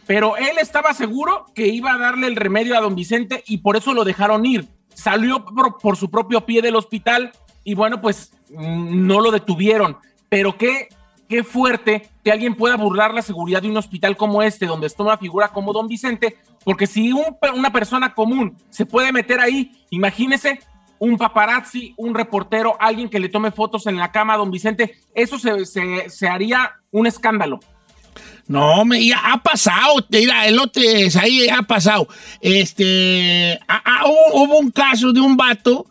S4: Pero él estaba seguro que iba a darle el remedio a don Vicente y por eso lo dejaron ir. Salió por, por su propio pie del hospital y bueno, pues mm, no lo detuvieron. Pero qué, qué fuerte que alguien pueda burlar la seguridad de un hospital como este, donde está una figura como don Vicente, porque si un pe- una persona común se puede meter ahí, imagínese un paparazzi, un reportero, alguien que le tome fotos en la cama a don Vicente, eso se- se- se haría un escándalo.
S1: No, me, ya ha pasado, te- mira, el lote ahí ha pasado. Este, ah, ah, hubo, hubo un caso de un vato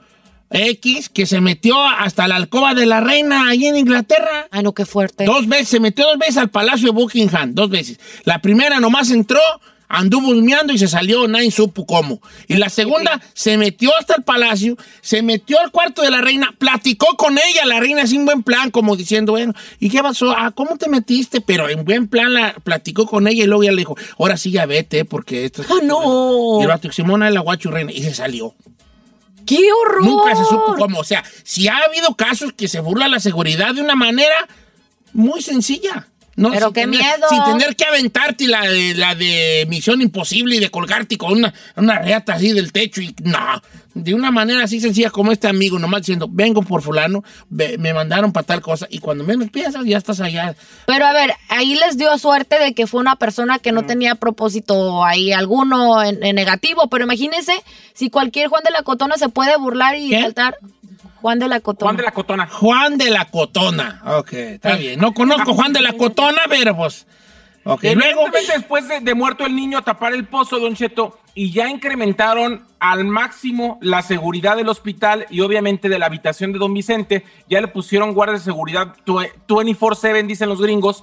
S1: X que se metió hasta la alcoba de la reina ahí en Inglaterra.
S2: Ay, Ah, no, qué fuerte.
S1: Dos veces, se metió dos veces al Palacio de Buckingham, dos veces. La primera nomás entró, anduvo humeando y se salió, nadie supo cómo. Y la segunda se metió hasta el palacio, se metió al cuarto de la reina, platicó con ella, la reina sin buen plan, como diciendo, bueno, ¿y qué pasó? Ah, ¿cómo te metiste? Pero en buen plan la platicó con ella y luego ya le dijo, ahora sí ya vete, porque esto es...
S2: no!
S1: Y el vato, Simona es la guachurreina, y se salió.
S2: ¡Qué horror!
S1: Nunca se supo cómo. O sea, si ha habido casos que se burla la seguridad de una manera muy sencilla. No,
S2: Pero
S1: sin
S2: qué
S1: tener-
S2: miedo.
S1: Sin tener que aventarte la de, la de Misión Imposible y de colgarte con una, una reata así del techo y no. De una manera así sencilla como este amigo, nomás diciendo, vengo por fulano, ve- me mandaron para tal cosa y cuando menos piensas ya estás allá.
S2: Pero a ver, ahí les dio suerte de que fue una persona que no tenía propósito ahí alguno en, en negativo, pero imagínense si cualquier Juan de la Cotona se puede burlar y saltar. Juan de la Cotona.
S4: Juan de la Cotona.
S1: Juan de la Cotona. Ok, está bien. No conozco Juan de la Cotona, pero pues... Ok, luego...
S4: Evidentemente, después de, de muerto el niño, tapar el pozo, Don Cheto, y ya incrementaron al máximo la seguridad del hospital y obviamente de la habitación de Don Vicente. Ya le pusieron guardia de seguridad tue- 24-7, dicen los gringos,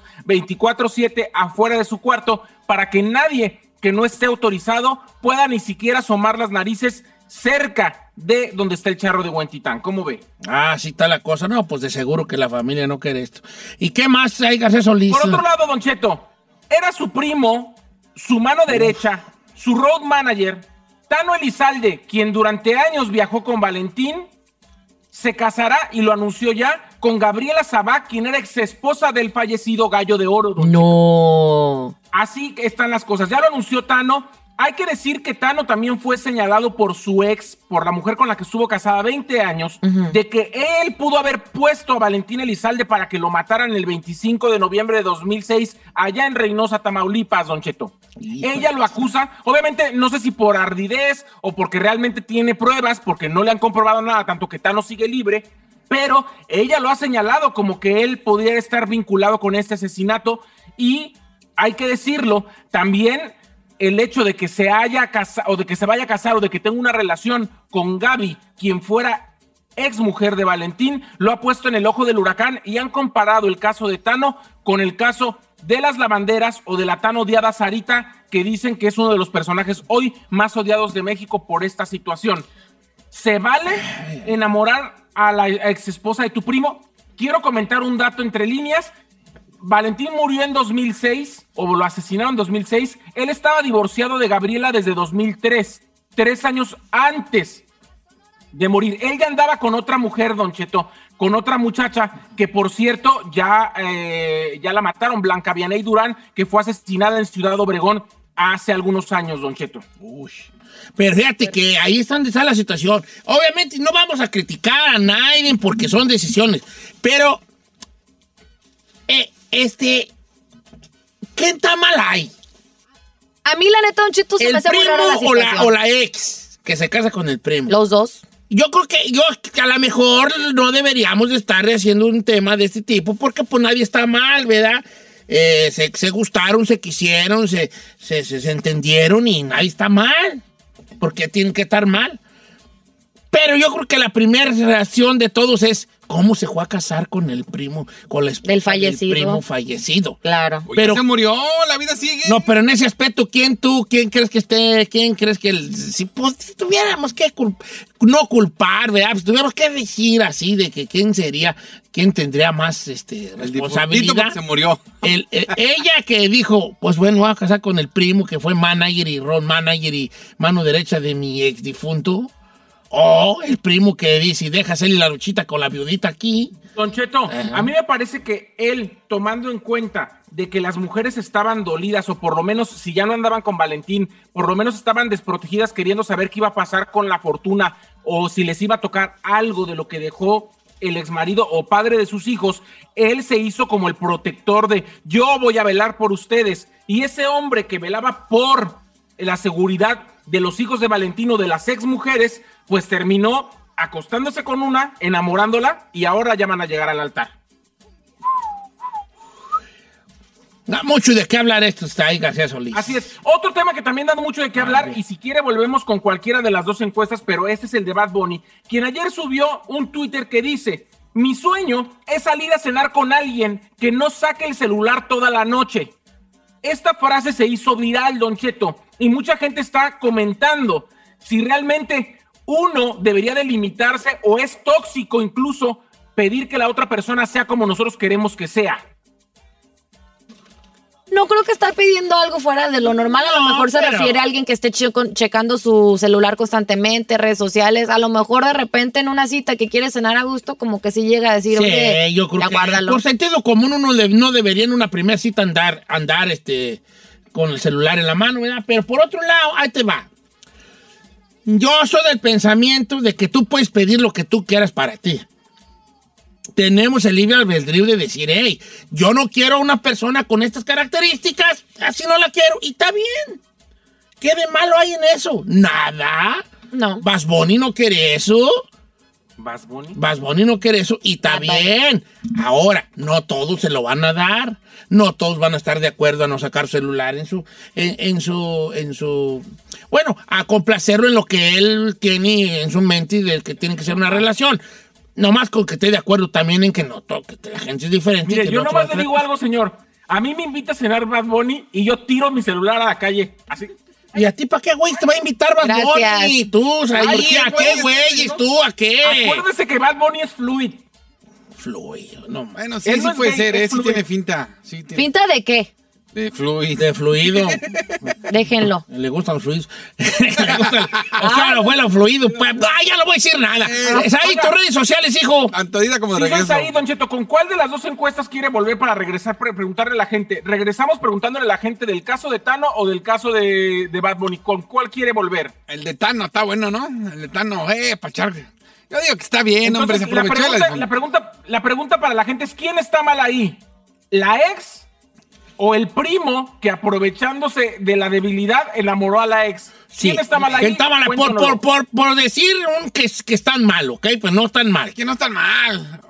S4: 24-7 afuera de su cuarto, para que nadie que no esté autorizado pueda ni siquiera asomar las narices cerca de donde está el charro de Huentitán. ¿Cómo ve?
S1: Ah, sí está la cosa. No, pues de seguro que la familia no quiere esto. ¿Y qué más hay, García Solís?
S4: Por otro lado, Don Cheto, era su primo, su mano derecha, su road manager, Tano Elizalde, quien durante años viajó con Valentín, se casará y lo anunció ya con Gabriela Sabá, quien era exesposa del fallecido Gallo de Oro. Don
S2: No.
S4: Así que están las cosas. Ya lo anunció Tano. Hay que decir que Tano también fue señalado por su ex, por la mujer con la que estuvo casada 20 años,
S2: Ujú.
S4: de que él pudo haber puesto a Valentín Elizalde para que lo mataran el 25 de noviembre de 2006 allá en Reynosa, Tamaulipas, Don Cheto. Ella lo acusa, obviamente no sé si por ardidez o porque realmente tiene pruebas, porque no le han comprobado nada, tanto que Tano sigue libre, pero ella lo ha señalado como que él podría estar vinculado con este asesinato y hay que decirlo, también el hecho de que se haya casado o de que se vaya a casar o de que tenga una relación con Gaby, quien fuera ex mujer de Valentín, lo ha puesto en el ojo del huracán y han comparado el caso de Tano con el caso de las lavanderas o de la tan odiada Sarita, que dicen que es uno de los personajes hoy más odiados de México por esta situación. ¿Se vale enamorar a la ex esposa de tu primo? Quiero comentar un dato entre líneas. Valentín murió en 2006, o lo asesinaron en 2006. Él estaba divorciado de Gabriela desde 2003, tres años antes de morir. Él ya andaba con otra mujer, Don Cheto, con otra muchacha que, por cierto, ya, eh, ya la mataron, Blanca Vianey Durán, que fue asesinada en Ciudad Obregón hace algunos años, Don Cheto.
S1: Pero fíjate que ahí es donde está la situación. Obviamente no vamos a criticar a nadie porque son decisiones, pero eh, este, ¿qué está mal ahí?
S2: A mí, la neta, Don Cheto se
S1: ¿El
S2: me hace muy
S1: primo
S2: rara la
S1: o la,
S2: situación.
S1: o la ex que se casa con el primo?
S2: Los dos.
S1: Yo creo que yo que a lo mejor no deberíamos de estar haciendo un tema de este tipo porque pues nadie está mal, ¿verdad? Eh, se, se gustaron, se quisieron, se, se, se- se entendieron y nadie está mal. porque tienen que estar mal? Pero yo creo que la primera reacción de todos es cómo se fue a casar con el primo, con la esposa del
S2: fallecido.
S1: primo fallecido.
S2: Claro.
S1: Pero
S3: se murió, la vida sigue.
S1: no, pero en ese aspecto, ¿quién tú? ¿Quién crees que esté? ¿Quién crees que el- si, pues, si tuviéramos que cul- no culpar, ¿verdad? Pues, tuviéramos que decir así de que quién sería, quién tendría más este,
S3: difuntito
S1: responsabilidad.
S3: porque se murió.
S1: El- el- ella que dijo, pues bueno, voy a casar con el primo que fue manager y road manager y mano derecha de mi ex difunto. O el primo que dice, deja hacerle la luchita con la viudita aquí.
S4: Don Cheto, a mí me parece que él, tomando en cuenta de que las mujeres estaban dolidas, o por lo menos si ya no andaban con Valentín, por lo menos estaban desprotegidas queriendo saber qué iba a pasar con la fortuna, o si les iba a tocar algo de lo que dejó el exmarido o padre de sus hijos, él se hizo como el protector de yo voy a velar por ustedes. Y ese hombre que velaba por la seguridad de los hijos de Valentino, de las ex mujeres, pues terminó acostándose con una, enamorándola y ahora ya van a llegar al altar.
S1: Da mucho de qué hablar esto, está ahí García Solís.
S4: Así es. Otro tema que también da mucho de qué hablar y si quiere volvemos con cualquiera de las dos encuestas, pero este es el de Bad Bunny, quien ayer subió un Twitter que dice, mi sueño es salir a cenar con alguien que no saque el celular toda la noche. Esta frase se hizo viral, Don Cheto, y mucha gente está comentando si realmente uno debería delimitarse o es tóxico incluso pedir que la otra persona sea como nosotros queremos que sea.
S2: No creo que estar pidiendo algo fuera de lo normal. A lo
S4: No,
S2: mejor se
S4: pero-
S2: refiere a alguien que esté checo- checando su celular constantemente, redes sociales. A lo mejor de repente en una cita que quiere cenar a gusto, como que sí llega a decir, oye,
S1: Sí, yo creo
S2: ya
S1: que
S2: guárdalo.
S1: por sentido común uno de- no debería en una primera cita andar, andar este, con el celular en la mano, ¿verdad? Pero por otro lado, ahí te va. Yo soy del pensamiento de que tú puedes pedir lo que tú quieras para ti. Tenemos el libre albedrío de decir, hey, yo no quiero a una persona con estas características, así no la quiero, y está bien. ¿Qué de malo hay en eso? Nada.
S2: No.
S1: Vas Bunny no quiere eso.
S4: ¿Vas, Bunny?
S1: Bad Bunny no quiere eso y está bien. Ahora, no todos se lo van a dar. No todos van a estar de acuerdo a no sacar celular en su. En, en su. en su. Bueno, a complacerlo en lo que él tiene en su mente y del que tiene que ser una relación. Nomás con que esté de acuerdo también en que no toque, que la gente es diferente. y
S4: Mire,
S1: que
S4: yo
S1: no se
S4: nomás
S1: va a
S4: le digo
S1: tratar.
S4: algo, señor. A mí me invita a cenar Bad Bunny y yo tiro mi celular a la calle. Así.
S1: ¿Y a ti para qué, güey? Te va a invitar Bad Gracias. Bunny, tú, ahí, ¿a qué, güey? ¿Tú a qué?
S4: Acuérdese que Bad Bunny es fluid.
S1: Fluid, no.
S3: Bueno, sí,
S4: Él
S3: sí
S4: no es
S3: puede
S4: gay,
S3: ser,
S4: es
S3: ¿eh? Sí
S4: fluido.
S3: tiene finta. Sí tiene
S2: ¿Pinta de qué?
S3: de fluido.
S1: De fluido.
S2: Déjenlo.
S1: Le gustan los fluidos. Le gustan- o sea, lo fue lo fluido. pues. Ah, ya no voy a decir nada. Es ahí tus redes sociales, hijo.
S3: Antodita como de
S4: Síganse
S3: regreso.
S4: ahí, Don Cheto, ¿con cuál de las dos encuestas quiere volver para regresar, pre- preguntarle a la gente? Regresamos preguntándole a la gente del caso de Tano o del caso de, de Bad Bunny. ¿Con cuál quiere volver?
S3: El de Tano está bueno, ¿no? El de Tano, eh, pachar. Yo digo que está bien, hombre,
S4: Entonces,
S3: se aprovechó
S4: la
S3: de
S4: pregunta,
S3: la
S4: la, pregunta, la pregunta para la gente es, ¿quién está mal ahí? ¿La ex o el primo que aprovechándose de la debilidad enamoró a la ex? ¿Quién está mal ahí?
S1: Que está mal, por,
S4: Cuéntanoslo.
S1: por, por, por decir un que, que están mal, ¿ok? Pues no están mal.
S3: Que no están mal.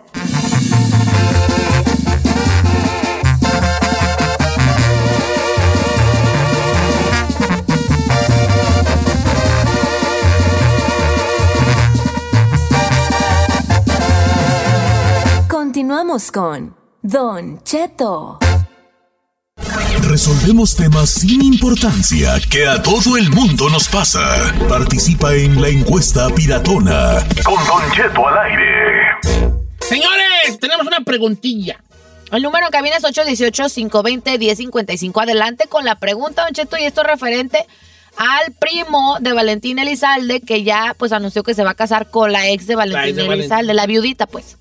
S6: Continuamos con Don Cheto.
S9: Resolvemos temas sin importancia que a todo el mundo nos pasa. Participa en la encuesta piratona. Con Don Cheto al aire.
S1: Señores, tenemos una preguntilla.
S2: El número que viene es 818-520-1055. Adelante con la pregunta, Don Cheto, y esto es referente al primo de Valentín Elizalde, que ya pues anunció que se va a casar con la ex de Valentín
S1: ex de Valentín.
S2: Elizalde, la viudita, pues.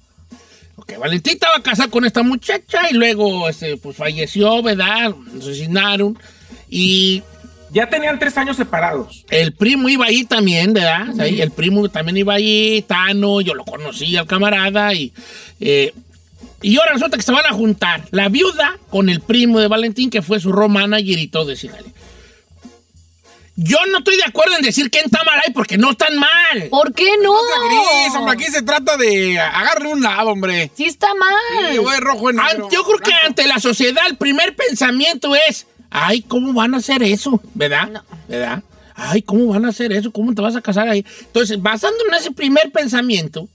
S1: Que Valentita va a casar con esta muchacha y luego este, pues falleció, ¿verdad? Lo asesinaron. Y
S4: Ya tenían tres años separados.
S1: El primo iba ahí también, ¿verdad? O sea, y el primo también iba ahí, Tano, yo lo conocí al camarada y. eh, y ahora resulta que se van a juntar la viuda con el primo de Valentín, que fue su road manager y todo ese jale. Yo no estoy de acuerdo en decir quién está mal ahí porque no están mal.
S2: ¿Por qué no?
S3: Pues Gris, hombre, aquí se trata de agarre un lado, hombre.
S2: Sí está mal.
S3: Sí, yo voy rojo en negro.
S1: Ante- Ah, yo creo que ante la sociedad el primer pensamiento es, ay, ¿cómo van a hacer eso? ¿Verdad? ¿Verdad? Ay, ¿cómo van a hacer eso? ¿Cómo te vas a casar ahí? Entonces, basándome en ese primer pensamiento,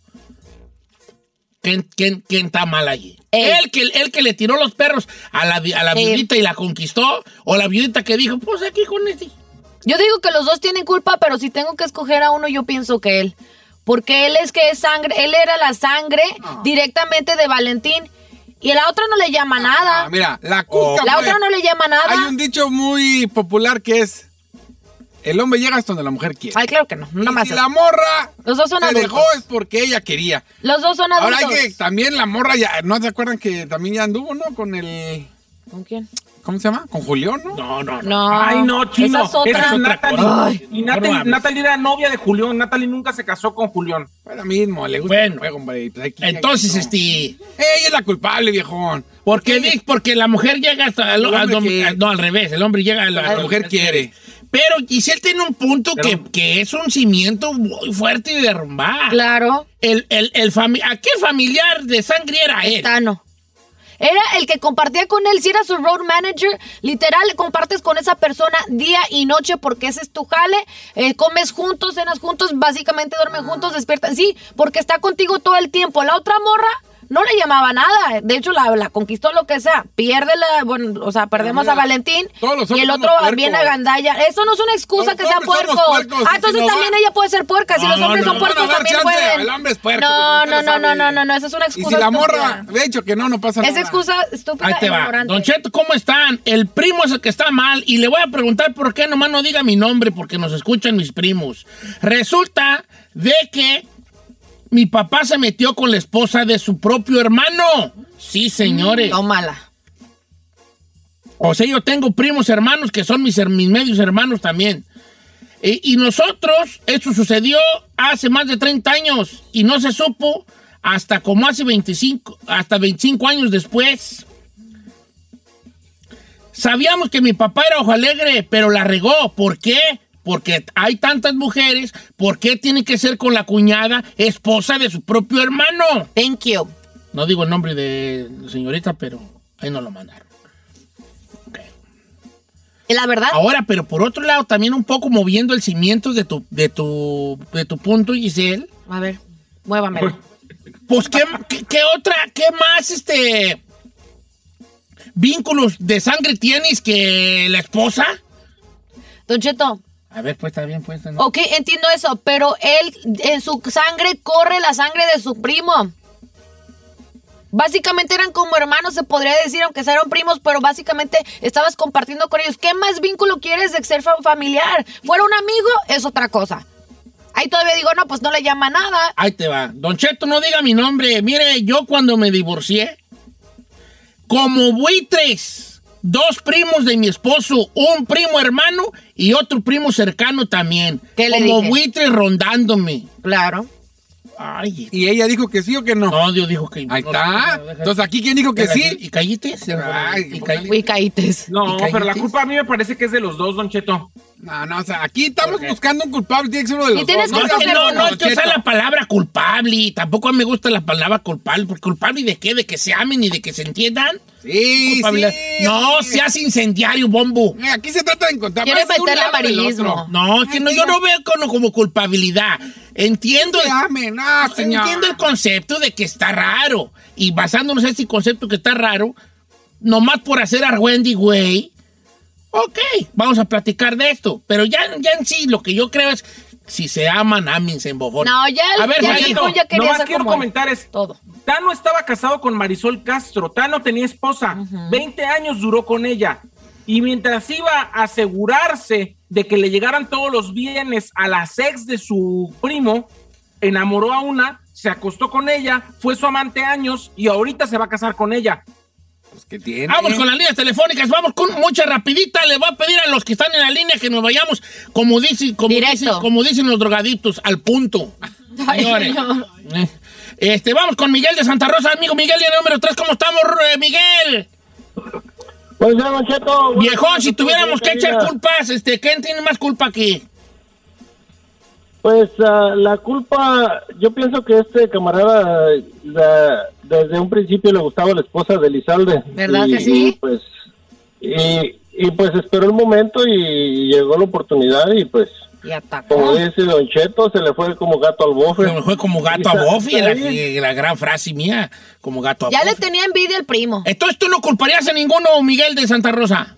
S1: ¿quién, quién, quién está mal allí? El que, el que le tiró los perros a la, vi- a la
S2: Sí.
S1: viudita y la conquistó, o la viudita que dijo, pues aquí con este.
S2: Yo digo que los dos tienen culpa, pero si tengo que escoger a uno, yo pienso que él. Porque él es que es sangre, él era la sangre directamente de Valentín. Y la otra no le llama nada.
S3: Ah. Ah, mira, la cuca.
S2: la
S3: pues.
S2: otra no le llama nada.
S3: Hay un dicho muy popular que es: el hombre llega hasta donde la mujer quiere.
S2: Ay, claro que no. Nada más.
S3: Si la morra
S2: Los dos son
S3: se
S2: adultos.
S3: dejó es porque ella quería.
S2: Los dos son
S3: Ahora
S2: adultos.
S3: hay que también la morra ya, ¿no se acuerdan que también ya anduvo, no? Con el.
S2: ¿Con quién?
S3: ¿Cómo se llama? ¿Con Julián, no?
S1: No, no,
S2: No.
S4: Ay, no, chino.
S2: Esa es otra.
S4: Esa
S2: Esa
S4: es
S2: es otra
S1: cosa.
S4: Natalie.
S1: Ay,
S4: Y
S1: no
S4: Natalie,
S1: mames.
S4: Natalie era novia de Julián. Natalie nunca se casó con Julián.
S3: Ahora mismo, le gusta el juego, hombre.
S1: Entonces, este...
S3: Ella es la culpable, viejón.
S1: Porque, di- porque la mujer llega hasta... al-
S3: El hombre
S1: al dom-
S3: quiere.
S1: al- no, al revés, el hombre llega... A la,
S3: La mujer quiere.
S1: Pero Giselle tiene un punto que, que es un cimiento muy fuerte y derrumbar.
S2: Claro.
S1: El, el, el fami- aquel familiar de sangre era él.
S2: Tano. Ah, Era el que compartía con él, si era su road manager, literal, compartes con esa persona día y noche porque ese es tu jale, eh, comes juntos, cenas juntos, básicamente duermen
S3: Ah.
S2: juntos, despiertan, sí, porque está contigo todo el tiempo. La otra morra no le llamaba nada, de hecho la, la conquistó lo que sea, pierde la, bueno, o sea, perdemos
S3: Ah, mira,
S2: a Valentín
S3: todos los
S2: y el
S3: hombres
S2: otro
S3: somos
S2: viene a
S3: puercos.
S2: Gandaya. Eso no es una excusa
S3: Los
S2: que sea
S3: hombres somos
S2: puerco.
S3: puercos,
S2: Ah,
S3: y
S2: entonces
S3: si no
S2: también
S3: va-
S2: ella puede ser puerca, si
S1: No,
S2: los
S1: no,
S2: hombres
S1: no,
S2: son
S1: no,
S2: puercos
S3: no,
S2: también
S3: chance,
S2: pueden.
S3: el hombre es puerco,
S2: no,
S3: usted
S2: no,
S3: lo
S2: no,
S3: sabe.
S2: no, no, no, no, esa es una
S3: Y
S2: excusa.
S3: si la morra
S2: estúpida.
S3: de hecho que no, no pasa
S2: Es
S3: nada.
S2: excusa estúpida
S1: Ahí te
S2: e
S1: va.
S2: ignorante.
S1: Don Cheto, ¿cómo están? El primo es el que está mal y le voy a preguntar por qué nomás no diga mi nombre porque nos escuchan mis primos. Resulta de que mi papá se metió con la esposa de su propio hermano. Sí, señores.
S2: Tómala.
S1: O sea, yo tengo primos hermanos que son mis, her- mis medios hermanos también. E- y nosotros, eso sucedió hace más de 30 años y no se supo hasta como hace 25, hasta 25 años después. Sabíamos que mi papá era ojo alegre, pero la regó. ¿Por qué? Porque hay tantas mujeres, ¿por qué tiene que ser con la cuñada esposa de su propio hermano?
S2: Thank you.
S1: No digo el nombre de señorita, pero ahí no lo mandaron.
S2: Y La verdad,
S1: Ahora, pero por otro lado, también un poco moviendo el cimiento de tu, de tu, de tu punto, Giselle.
S2: a ver, muévame.
S1: Pues, ¿qué, qué, qué otra, qué más este vínculos de sangre tienes que la esposa?
S2: Don Cheto,
S1: A ver, pues está bien, pues. ¿no?
S2: ok, entiendo eso, pero él, en su sangre corre la sangre de su primo. Básicamente eran como hermanos, se podría decir, aunque sean primos, pero básicamente estabas compartiendo con ellos. ¿Qué más vínculo quieres de ser fa- familiar? Fuera un amigo es otra cosa. Ahí todavía digo, no, pues no le llama nada.
S1: Ahí te va. Don Cheto, no diga mi nombre. Mire, yo cuando me divorcié, como buitres, dos primos de mi esposo, un primo hermano y otro primo cercano también.
S2: ¿Qué le
S1: como
S2: dije?
S1: buitres rondándome.
S2: Claro.
S1: Ay,
S3: Y ella dijo que sí o que no.
S1: No, Dios dijo que.
S3: Ahí
S1: no,
S3: está.
S1: no, no, deja-
S3: Entonces, aquí quién dijo que sí.
S1: Y callite.
S3: Ay,
S1: Y callite.
S2: Uy, caítes.
S4: No,
S1: ¿Y
S4: pero la
S1: caíste?
S4: culpa a mí me parece que es de los dos, Don Cheto.
S3: No, no, o sea, aquí estamos buscando un culpable, tiene que ser uno de los
S2: Y tienes
S3: dos.
S1: No, es
S2: que
S1: que
S2: escoger
S1: no,
S2: uno,
S1: no, es que usar la palabra culpable. y Tampoco me gusta la palabra culpable. porque ¿Culpable de qué? ¿De que se amen y de que se entiendan?
S3: Sí,
S1: Culpabilidad.
S3: sí.
S1: No, seas incendiario, bombo.
S3: Mira, Aquí se trata de encontrar.
S2: Quiere
S3: parece un
S2: meterle
S3: lado del
S2: amarillismo.
S3: otro.
S1: No, es que no, yo no veo como, como culpabilidad. Entiendo,
S3: Te amen, ah, señor.
S1: entiendo el concepto de que está raro. Y basándonos en ese concepto que está raro, nomás por hacer a Wendy güey, ok, vamos a platicar de esto. Pero ya, ya en sí, lo que yo creo es, si se aman, ámense en bofón.
S2: No, ya,
S1: A ver,
S2: ya,
S1: Juanito,
S2: dijo, ya
S4: No
S2: quería
S4: más
S2: ser
S4: quiero
S2: como él.
S4: comentar es,
S2: Todo.
S4: Tano estaba casado con Marisol Castro. Tano tenía esposa. 20 años duró con ella. Y mientras iba a asegurarse de que le llegaran todos los bienes a la ex de su primo, enamoró a una, se acostó con ella, fue su amante años y ahorita se va a casar con ella.
S3: que tiene.
S1: Vamos con las líneas telefónicas, vamos con mucha rapidita. Le voy a pedir a los que están en la línea que nos vayamos, como dicen, como dicen, como dicen los drogadictos, al punto.
S2: Ay,
S1: Señores.
S2: señor.
S1: Eh, Este, vamos con Miguel de Santa Rosa, amigo Miguel, día número 3, ¿cómo estamos, eh, Miguel?
S8: Pues no, Cheto.
S1: Viejón, si tuviéramos que echar culpas, este, ¿quién tiene más culpa aquí?
S8: Pues ah, la culpa, yo pienso que este camarada la- desde un principio le gustaba la esposa de Elizalde.
S2: ¿Verdad
S8: Y-
S2: que sí?
S8: y, pues, y, y, pues esperó el momento y llegó la oportunidad y pues,
S2: Y atacó.
S8: como dice Don Cheto, se le fue como gato al bofe.
S3: Pues,
S8: Se le
S1: fue como Gato a Bofi, la, eh, la gran frase mía, como gato a
S2: Ya
S1: Bofi.
S2: le tenía envidia al primo.
S1: Entonces tú no culparías a ninguno, Miguel de Santa Rosa.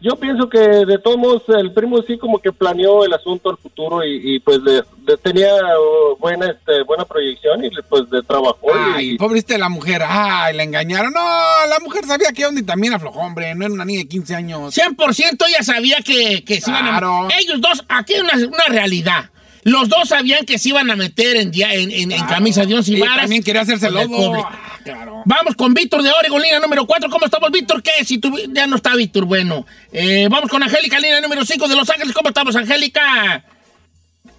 S8: Yo pienso que de todos modos el primo sí como que planeó el asunto al futuro y, y, pues le, le tenía oh, buena este, buena proyección y le, pues de trabajo.
S3: Ay, pobreste la mujer. Ay, la engañaron. No, la mujer sabía que Andy también aflojó, hombre. No era una niña de 15 años.
S1: 100% ella sabía que, que se iban a
S3: Claro.
S1: Ellos dos, aquí hay una, una realidad. Los dos sabían que se iban a meter en, dia- en, en- en camisa de once
S3: Y
S1: varas.
S3: también quería hacerse
S1: con el
S3: lobo.
S1: público. Vamos con Víctor de Oregon, línea número 4. ¿Cómo estamos, Víctor? ¿Qué? Si tú, ya no está Víctor, bueno. Eh, vamos con Angélica, línea número 5 de Los Ángeles. ¿Cómo estamos, Angélica?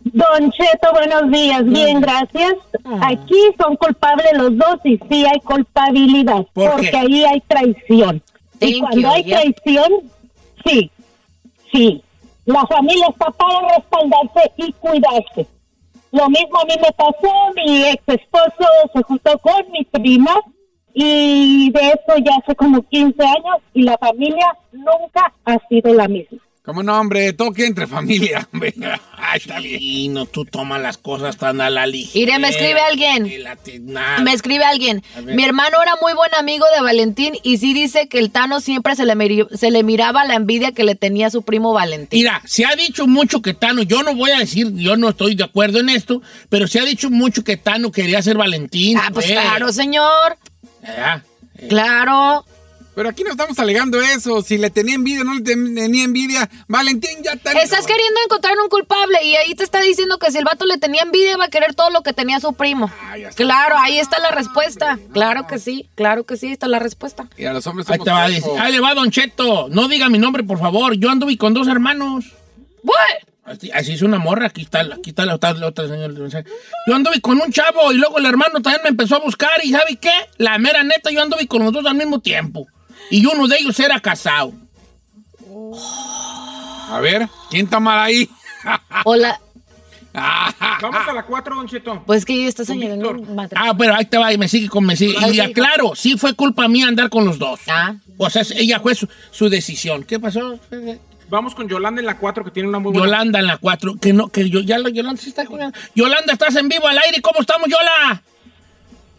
S10: Don Cheto, buenos días. Bien, gracias. Aquí son culpables los dos y sí hay culpabilidad.
S1: ¿Por
S10: porque
S1: qué?
S10: ahí hay traición.
S2: Thank
S10: y cuando
S2: you,
S10: hay
S2: yeah.
S10: traición, sí, sí. La familia está para respaldarse y cuidarse. Lo mismo a mí me pasó. Mi ex esposo se juntó con mi prima y de eso ya hace como 15 años y la familia nunca ha sido la misma.
S3: Como no, hombre, toque entre familia. hombre. Ay, está bien.
S1: Y no, tú tomas las cosas tan a la ligera.
S2: Mire, me escribe alguien.
S1: nada.
S2: Me escribe alguien.
S1: A ver.
S2: Mi hermano era muy buen amigo de Valentín y sí dice que el Tano siempre se le, miri- se le miraba la envidia que le tenía a su primo Valentín.
S1: Mira, se ha dicho mucho que Tano, yo no voy a decir, yo no estoy de acuerdo en esto, pero se ha dicho mucho que Tano quería ser Valentín.
S2: Ah, pues
S1: güey.
S2: claro, señor.
S1: Ah, eh.
S2: Claro.
S3: Pero aquí no estamos alegando eso. Si le tenía envidia o no le ten- tenía envidia, Valentín ya está.
S2: Estás queriendo encontrar un culpable y ahí te está diciendo que si el vato le tenía envidia va a querer todo lo que tenía su primo. Claro, ahí está la respuesta. Claro que sí, claro que sí, ahí está la respuesta.
S3: Y a los hombres
S1: Ahí,
S3: somos
S1: te va,
S3: tercos.
S1: dice, ahí le va Don Cheto, no diga mi nombre, por favor, yo anduve con dos hermanos. Así, así es una morra, aquí está, la- aquí está la, otra- la otra señora. del mensaje. Yo anduve con un chavo y luego el hermano también me empezó a buscar y ¿sabe qué? La mera neta, yo anduve con los dos al mismo tiempo. Y uno de ellos era casado.
S3: A ver, ¿quién está mal ahí?
S2: Hola.
S4: Vamos a la 4, Don Cheto.
S2: Pues que estás añadiendo matrimonio.
S1: Ah, pero ahí te va y me sigue con me sigue.
S2: Ahí
S1: Y
S2: sigue.
S1: aclaro, sí fue culpa mía andar con los dos. O sea, ella fue su, su decisión. ¿Qué pasó?
S4: Vamos con Yolanda en la 4, que tiene una muy buena.
S1: Yolanda en la 4. Que no, que yo, ya la- Yolanda sí está jugando. Yolanda, estás en vivo al aire. ¿Cómo estamos, Yola?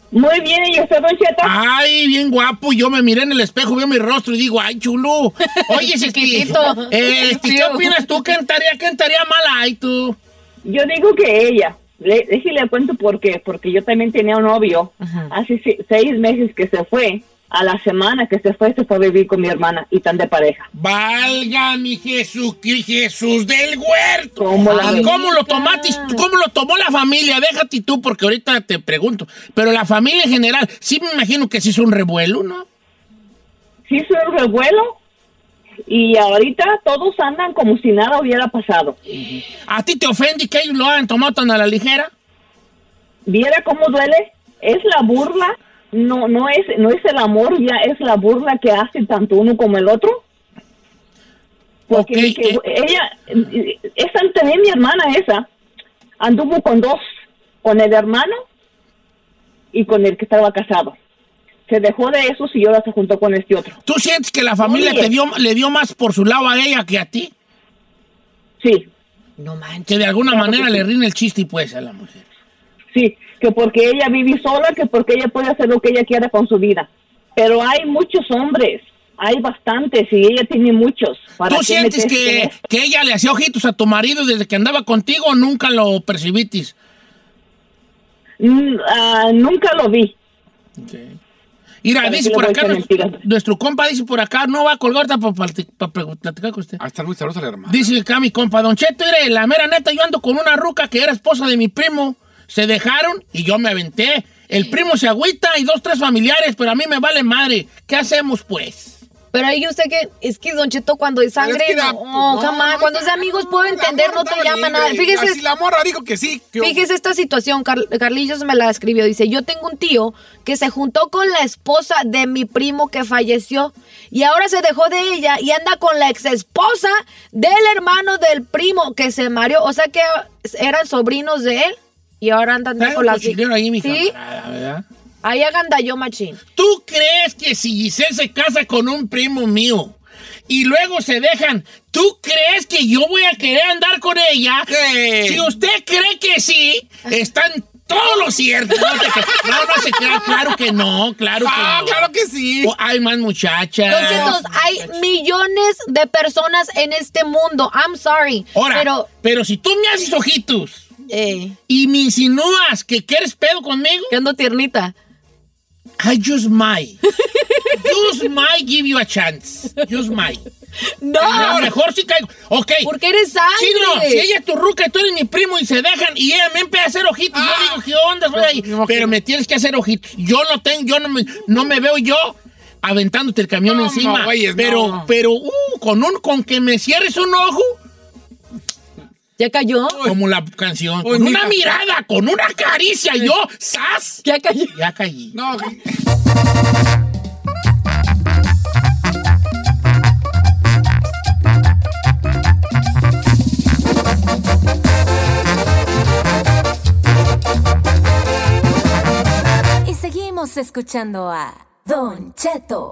S10: Muy bien, ¿y usted, Don Cheto?
S1: Ah. Ay, bien guapo. Yo me miré en el espejo, veo mi rostro y digo, ay, chulo. Oye, este,
S10: Chiquitito.
S1: eh, este, ¿Qué
S10: Feo.
S1: opinas tú? ¿Qué estaría, qué estaría mal ahí tú?
S11: Yo digo que ella. Le, déjale le cuento por qué. Porque yo también tenía un novio. Hace se- seis meses que se fue. A la semana que se fue, se fue a vivir con mi hermana y tan de pareja.
S1: Valga mi Jesús, que Jesús del huerto.
S11: ¿Cómo la
S1: Ah,
S11: ves?
S1: ¿Cómo lo tomaste? ¿Cómo lo tomó la familia? Déjate tú, porque ahorita te pregunto. Pero la familia en general, sí me imagino que se hizo un revuelo, ¿no?
S11: Sí hizo un revuelo. Y ahorita todos andan como si nada hubiera pasado.
S1: ¿A ti te ofende que ellos lo hayan tomado tan a la ligera?
S11: Viera cómo duele. Es la burla. No, no es, no es el amor, ya es la burla que hace tanto uno como el otro. Porque
S1: Ok,
S11: Pues que
S1: eh.
S11: ella, esa también mi hermana esa, anduvo con dos, con el hermano y con el que estaba casado. Se dejó de esos y ahora se juntó con este otro.
S1: ¿Tú sientes que la familia
S11: Oye.
S1: te dio, le dio más por su lado a ella que a ti?
S11: Sí.
S2: No manches.
S1: Que de alguna
S11: Claro
S1: manera
S11: que
S1: le
S11: sí.
S1: rinde el chiste pues a la mujer.
S11: Sí, que porque ella vive sola, que porque ella puede hacer lo que ella quiera con su vida. Pero hay muchos hombres, hay bastantes y ella tiene muchos. ¿Para
S1: ¿Tú
S11: qué
S1: sientes
S11: meterse en
S1: que,
S11: esto?
S1: que ella le hacía ojitos a tu marido desde que andaba contigo o nunca lo percibiste?
S11: Mm, ah, nunca lo vi.
S1: Mira,
S11: Para
S1: dice
S11: que le
S1: por
S11: voy
S1: acá,
S11: con
S1: nuestro, nuestro compa dice por acá, no va a colgar para platicar con usted.
S3: Ah, está muy sabrosa la hermana.
S1: Dice acá mi compa, Don Cheto, mire, la mera neta, yo ando con una ruca que era esposa de mi primo. Se dejaron y yo me aventé. El primo se agüita y dos, tres familiares, pero a mí me vale madre. ¿Qué hacemos, pues?
S2: Pero ahí usted que, es que Don Cheto, cuando es sangre,
S3: que la-
S2: no, jamás. cuando es de amigos puedo entender, no te llama nada. Fíjese,
S3: Si la morra dijo que sí. que-
S2: Fíjese esta situación, Car- Carlillos me la escribió. Dice, yo tengo un tío que se juntó con la esposa de mi primo que falleció y ahora se dejó de ella y anda con la exesposa del hermano del primo que se mareó. O sea que eran sobrinos de él y ahora andan
S1: Trae
S2: con
S1: un
S2: la...
S1: cochinero ahí, mi
S2: Sí,
S1: camarada, ¿verdad?
S2: ahí aganda yo, machín.
S1: ¿Tú crees que si Giselle se casa con un primo mío y luego se dejan, ¿tú crees que yo voy a querer andar con ella? Si usted cree que sí, están todos los ciertos. No, te creas. no, no se crea. Claro que no, claro que no. claro
S3: Ah, que sí.
S1: hay más muchachas.
S2: Don Chetos, hay millones de personas en este mundo. I'm sorry.
S1: Ahora,
S2: ah, pero...
S1: pero, si tú me haces ojitos
S2: eh,
S1: y me insinúas que quieres pedo conmigo.
S2: Que ando tiernita.
S1: I just might. just might give you a chance. Just might.
S2: No.
S1: A lo mejor sí caigo. Ok.
S2: Porque eres sangre.
S1: Sí, no. Si ella es tu ruca y tú eres mi primo y se dejan y ella me empieza a hacer ojitos,
S3: Ah.
S1: yo digo, ¿qué onda? güey? Pero me tienes que hacer ojitos. Yo no tengo, yo no me, no me veo yo aventándote el camión
S3: No,
S1: encima.
S3: no, güeyes,
S1: pero,
S3: no.
S1: pero, uh, con un, con que me cierres un ojo.
S2: ¿Ya cayó?
S1: Como la canción.
S3: Uy,
S1: con una
S3: mija.
S1: mirada, con una caricia, yo, ¡zas!
S2: Ya cayó.
S1: Ya caí.
S3: No,
S6: Y seguimos escuchando a Don Cheto.